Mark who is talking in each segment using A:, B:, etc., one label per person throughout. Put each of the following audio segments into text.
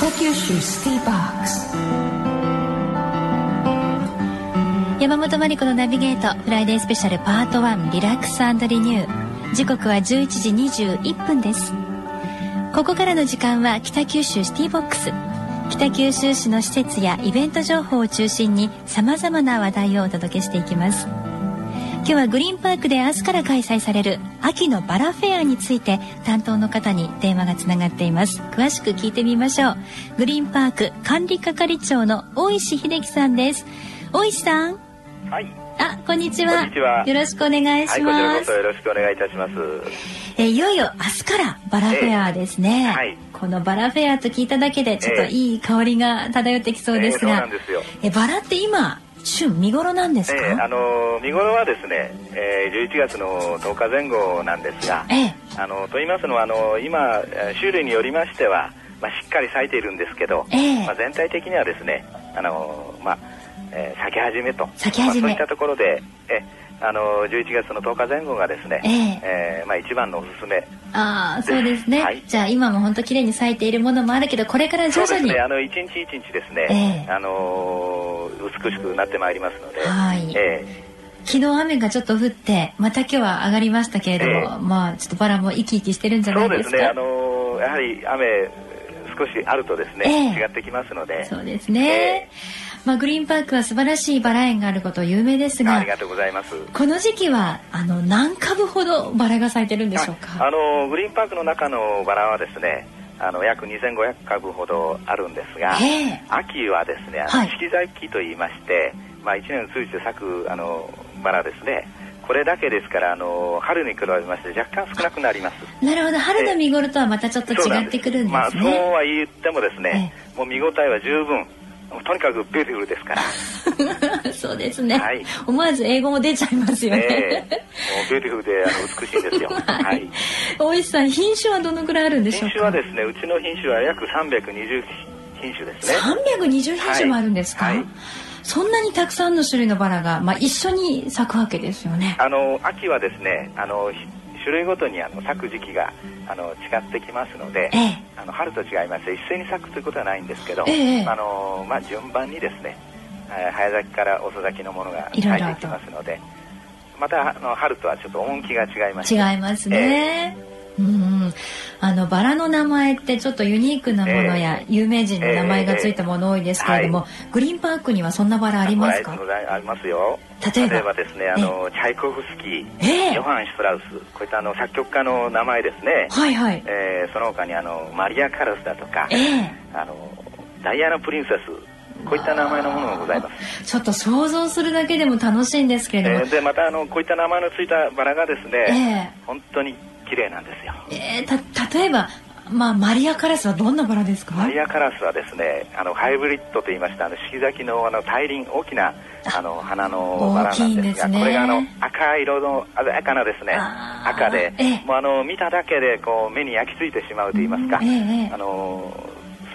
A: 北九州シティボックス
B: 山本真理子のナビゲートフライデースペシャルパート1リラックスリニュー時刻は11時21分ですここからの時間は北九州シティボックス北九州市の施設やイベント情報を中心にさまざまな話題をお届けしていきます今日はグリーンパークで明日から開催される秋のバラフェアについて担当の方に電話がつながっています詳しく聞いてみましょうグリーンパーク管理係長の大石秀樹さんです大石さん
C: はい。
B: あこんにちは
C: こんにちは
B: よろしくお願い
C: は
B: し
C: い、こちら
B: ます、
C: こそよろしくお願いいたします。
B: えーいよいよ明日からバラフェアですね、
C: ええはい
B: このバラフェアと聞いただけでちょっと
C: ええ
B: いい香りが漂ってきそうです
C: ええそうな
B: が
C: ん、ですよ。
B: えバラって今旬見頃なんです
C: え
B: か、
C: えあのー見頃はですね、えー、11月の10日前後なんですが、
B: ええ
C: あのーと言いますのはあのー今えー種類によりましては、まあしっかり咲いているんですけど、
B: ええ
C: まあ全体的にはですね、あのーまあ、えー咲き始めと、
B: 咲き始め
C: まあそういったところで、ええあのー11月の10日前後がですね、
B: え
C: えーまあ一番のおすすめ。
B: ああそうですね、
C: はい
B: じゃあ今も本当綺麗に咲いているものもあるけどこれから徐
C: そうで
B: 々
C: す
B: に、
C: ね、あの一日一日です
B: え
C: ね、
B: え
C: あのー美しくなってまいりますので、
B: はい
C: え
B: 昨日雨がちょっと降ってまた今日は上がりましたけれども、
C: ええ
B: まあちょっとバラも生き生きしてるんじ
C: え
B: ゃない
C: そ
B: うで
C: ですす
B: か
C: ね、あのーやはり雨少しあるとですね、
B: ええ
C: 違ってきますので、
B: そうですね、まあ、グリーンパークは素晴らしいバラ園があること有名です
C: あ
B: が
C: りがとうございます。
B: この時期はあの何株ほどバラが咲いてるんでしょう
C: あ
B: か、
C: あのーグリーンパークの中のバラはですね、あの約2500株ほどあるんですが、
B: ええ
C: 秋はですね、あの
B: はい
C: 四季咲きと言いまして、まあ1年通じて咲くあのバラですね。これだけですから、あのー春に比べまして若干少なくなります。
B: なるほど春の見頃とはまたちょっと
C: そうな
B: 違ってくるんです
C: まあ、そう
B: ね、
C: は言ってもですね、もう見応えは十分とにかくビューティフルですから、
B: そうですね、
C: はい
B: 思わず英語も出ちゃいますよ
C: ええ
B: ね、
C: もうビューティフルであの美しいんです よはい
B: 大石さん品種はどのくらいあるんでしょ
C: 品
B: う
C: 種は
B: か
C: ですねうちの品種は約320品種ですね
B: 320品種もあるんですか、
C: はいはい
B: そんなにたくさんの種類のバラが、まあ、一緒に咲くわけですよね
C: あの秋はですねあのひ種類ごとにあの咲く時期があの違ってきますので、
B: ええ
C: あの春と違いまして一斉に咲くということはないんですけど、
B: ええ
C: あのまあ、順番にですねえー早咲きから遅咲きのものが
B: い
C: 咲い
B: ろい
C: て
B: ろと
C: いきますのでまたあの春とはちょっと趣が違いまして
B: 違いますね、うんあのバラの名前ってちょっとユニークなものや、有名人の名前がついたもの多いですけれども、
C: え
B: グリーンパークにはそんなバラありますか
C: ございありますよ
B: 例えば
C: ですねあのチャイコフスキー、
B: ええ
C: ヨハン・シュトラウスこういったあの作曲家の名前ですね、
B: はいはい
C: えーその他にあのマリア・カラスだとか、
B: ええ
C: あのダイアナ・プリンセスこういった名前のものもございます、
B: ちょっと想像するだけでも楽しいんですけれども
C: え、ーでまたあのこういった名前のついたバラがです
B: え
C: ね、
B: え
C: 本当に綺麗なんですよ
B: えーた例えば、まあ、マリアカラスはどんなバラですか
C: マリアカラスはですねあのハイブリッドといいましたあの四季咲きのあの大輪大きなあの花のバラなんです
B: 大きい
C: が
B: んですね
C: これがあの赤い色の鮮やかなですね
B: あー
C: 赤で、
B: ええ
C: もうあの見ただけでこう目に焼き付いてしまうといいますか、
B: ええええ
C: あの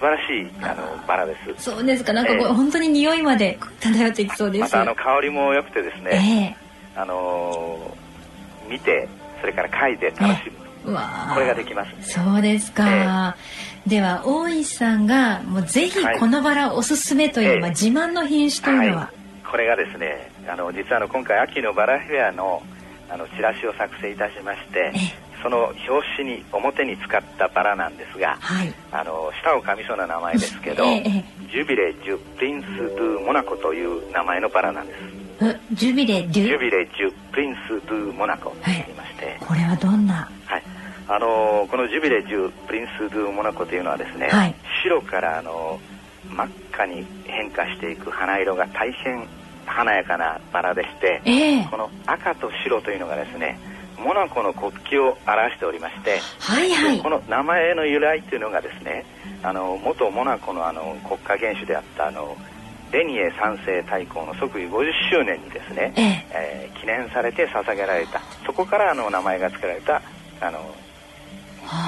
C: 素晴らしいあのバラです
B: そうですかなんかこう、
C: ええ
B: 本当に匂いまで漂ってきそうで、
C: ますたあの香りも良くてですね、
B: え
C: あの見てそれから嗅いで楽しむ、
B: えうわあ
C: これができます
B: そうですか、では大石さんがもうぜひ
C: はい
B: このバラおすすめという、
C: ええ
B: まあ、自慢の品種というのは、
C: い、これがですねあの実はあの今回秋のバラフェアのあのチラシを作成いたしまして
B: え
C: その表紙に表に使ったバラなんですが
B: はい
C: あの舌を噛みそうな名前ですけど、
B: ええええ
C: ジュビレ・ジュ・プリンス・ドゥ・モナコという名前のバラなんです
B: えジュビレ・デ
C: ジュ
B: ュ
C: ビレ・ジュ・プリンス・ドゥ・モナコと言いまして、
B: これはどんな
C: はいあのこのジュビレ・ジュ・プリンス・ドゥ・モナコというのはですね、
B: はい
C: 白から、あの真っ赤に変化していく花色が大変華やかなバラでして
B: ええ
C: この赤と白というのがですねモナコの国旗を表しておりまして、
B: はいはい
C: この名前の由来というのがですねあの元モナコのあの国家元首であったあのレニエ三世大公の即位50周年にですね、
B: ええ。
C: えー記念されて捧げられたそこからあの名前が付けられたあの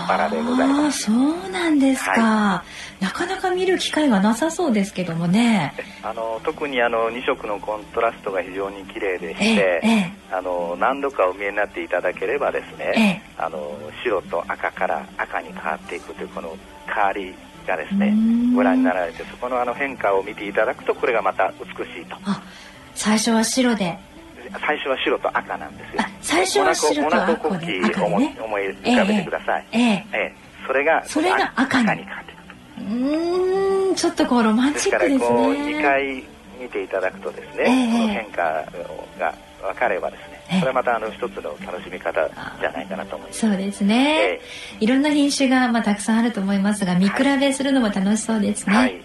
C: バラでございます
B: そうなんですか、
C: は
B: なかなか見る機会がなさそうですけどもね。
C: あの特にあの2色のコントラストが非常に綺麗でし
B: ええ
C: て、
B: え
C: あの何度かお見えになっていただければですね、あの白と赤から赤に変わっていくというこの変わりがですね
B: うん
C: ご覧になられてそこのあの変化を見ていただくとこれがまた美しいと
B: あ、最初は白で。
C: 最初は白と赤なんですよ
B: あ最初は白と赤で
C: モナコモナコ国旗を思い,、
B: 赤でね
C: 思い浮かべてください、
B: ええ。
C: ええそれが
B: それが赤に
C: に変わっていくと
B: うーん、ちょっとこうロマン
C: で
B: チ
C: す
B: ッ
C: か
B: ク
C: ら
B: です
C: こう2
B: ね。
C: 回見ていただくとですね、
B: ええ
C: この変化が分かればですね、
B: ええ
C: それはまたあの一つの楽しみ方じゃないかなと思います。
B: そうですね
C: え。
B: いろんな品種がまあたくさんあると思いますが、見比べするのも楽しそうですね。
C: はい、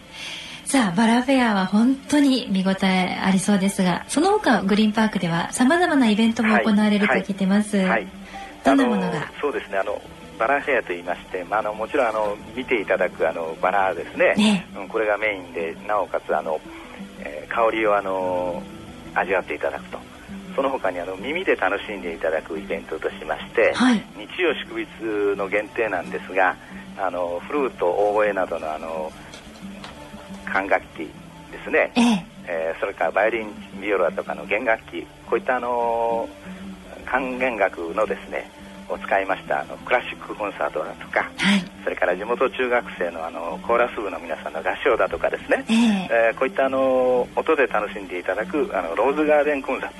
B: さあバラフェアは本当に見応えありそうですがその他グリーンパークではさまざまなイベントも行われると聞いてます、
C: はい、
B: どんなものが
C: あそうですねあのバラフェアと言いまして、まあ、あのもちろんあの見ていただくあのバラですね
B: ね
C: うん、これがメインでなおかつあの、えー香りをあの味わっていただくとその他にあの耳で楽しんでいただくイベントとしまして、
B: はい
C: 日曜祝日の限定なんですがあのフルートオーボエなどのあの管楽器ですね、
B: ええ
C: えーそれからバイオリンビオラとかの弦楽器こういったあの管弦楽のですねを使いましたあのクラシックコンサートだとか
B: はい
C: それから地元中学生のあのコーラス部の皆さんの合唱だとかですね、
B: ええ
C: えーこういったあの音で楽しんでいただくあのローズガーデンコンサー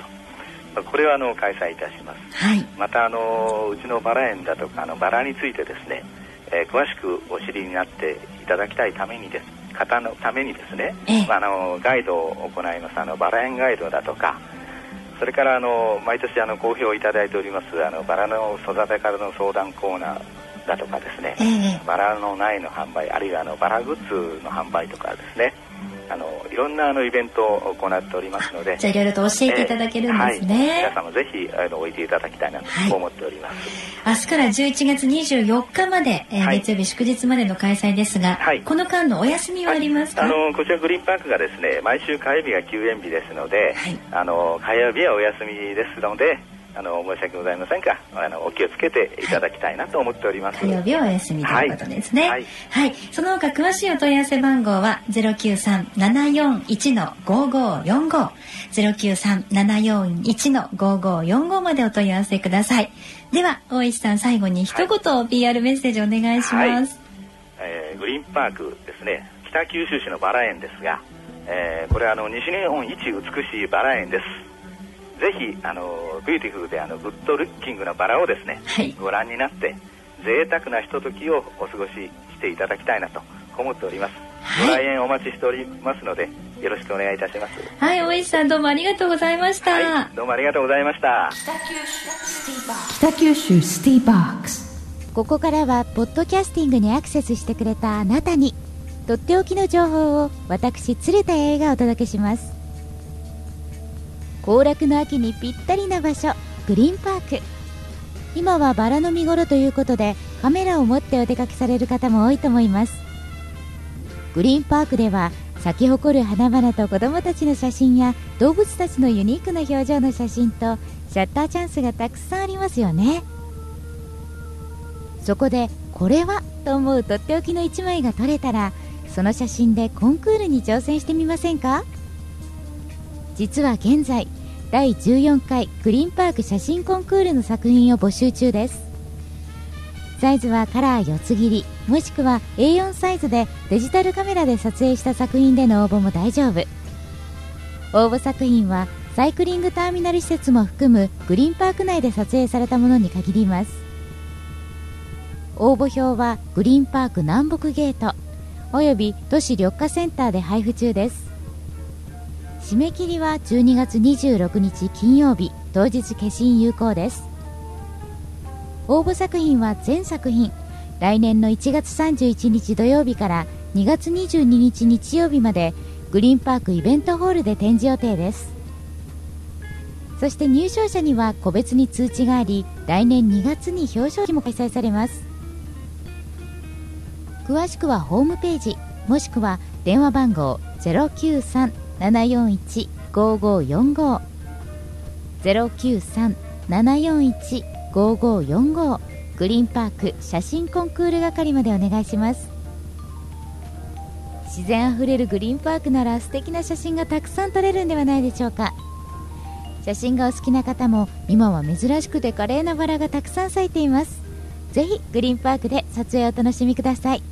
C: トこれはあの開催いたします
B: はい
C: またあのうちのバラ園だとかあのバラについてですね、えー詳しくお知りになっていただきたいためにです方のためにですね、
B: ええ
C: まあ、あのガイドを行いますあのバラ園ガイドだとかそれからあの毎年あの好評いただいておりますあのバラの育て方の相談コーナーだとかですね、
B: ええ
C: バラの苗の販売あるいはあのバラグッズの販売とかですねあのいろんなあのイベントを行っておりますので
B: じゃあいろいろと教えていただけるんですね、
C: えーはい、皆さんもぜひあの置いていただきたいなと
B: はい
C: 思っております、
B: 明日から11月24日まで、えー
C: はい
B: 月曜日祝日までの開催ですが、
C: はい
B: この間のお休みはありますか、
C: あのこちらグリーンパークがですね毎週火曜日が休園日ですので、
B: はい
C: あの火曜日はお休みですのであの申し訳ございませんがあのお気をつけていただきたいなと思っております、
B: 火曜日はお休みということですね。は
C: はいい。
B: その他詳しいお問い合わせ番号は093-741の5545、093-741の5545までお問い合わせください。では、大石さん最後に一言 PR メッセージお願いします。
C: えーグリーンパークですね北九州市のバラ園ですが、えーこれはあの西日本一美しいバラ園ですぜひあのビューティフルであのグッドルッキングなバラをですね、
B: はい
C: ご覧になって贅沢なひとときをお過ごししていただきたいなと思っております、
B: はい
C: ご来園お待ちしておりますのでよろしくお願いいたします
B: はい、大石さんどうもありがとうございました。
C: はいどうもありがとうございました
A: 北九州シティボックス
D: ここからはポッドキャスティングにアクセスしてくれたあなたにとっておきの情報を私鶴田弥生がお届けします行楽の秋にぴったりな場所グリーンパーク今はバラの見頃ということでカメラを持ってお出かけされる方も多いと思いますグリーンパークでは咲き誇る花々と子どもたちの写真や動物たちのユニークな表情の写真とシャッターチャンスがたくさんありますよねそこでこれはと思うとっておきの1枚が撮れたらその写真でコンクールに挑戦してみませんか実は現在第14回グリーンパーク写真コンクールの作品を募集中ですサイズはカラー4つ切りもしくは A4 サイズでデジタルカメラで撮影した作品での応募も大丈夫応募作品はサイクリングターミナル施設も含むグリーンパーク内で撮影されたものに限ります応募表はグリーンパーク南北ゲートおよび都市緑化センターで配布中です締め切りは12月26日金曜日当日消印有効です応募作品は全作品来年の1月31日土曜日から2月22日日曜日までグリーンパークイベントホールで展示予定ですそして入賞者には個別に通知があり来年2月に表彰式も開催されます詳しくはホームページもしくは電話番号093-741-5545 093-741-5545グリーンパーク写真コンクール係までお願いします自然あふれるグリーンパークなら素敵な写真がたくさん撮れるんではないでしょうか写真がお好きな方も今は珍しくて華麗なバラがたくさん咲いていますぜひグリーンパークで撮影をお楽しみください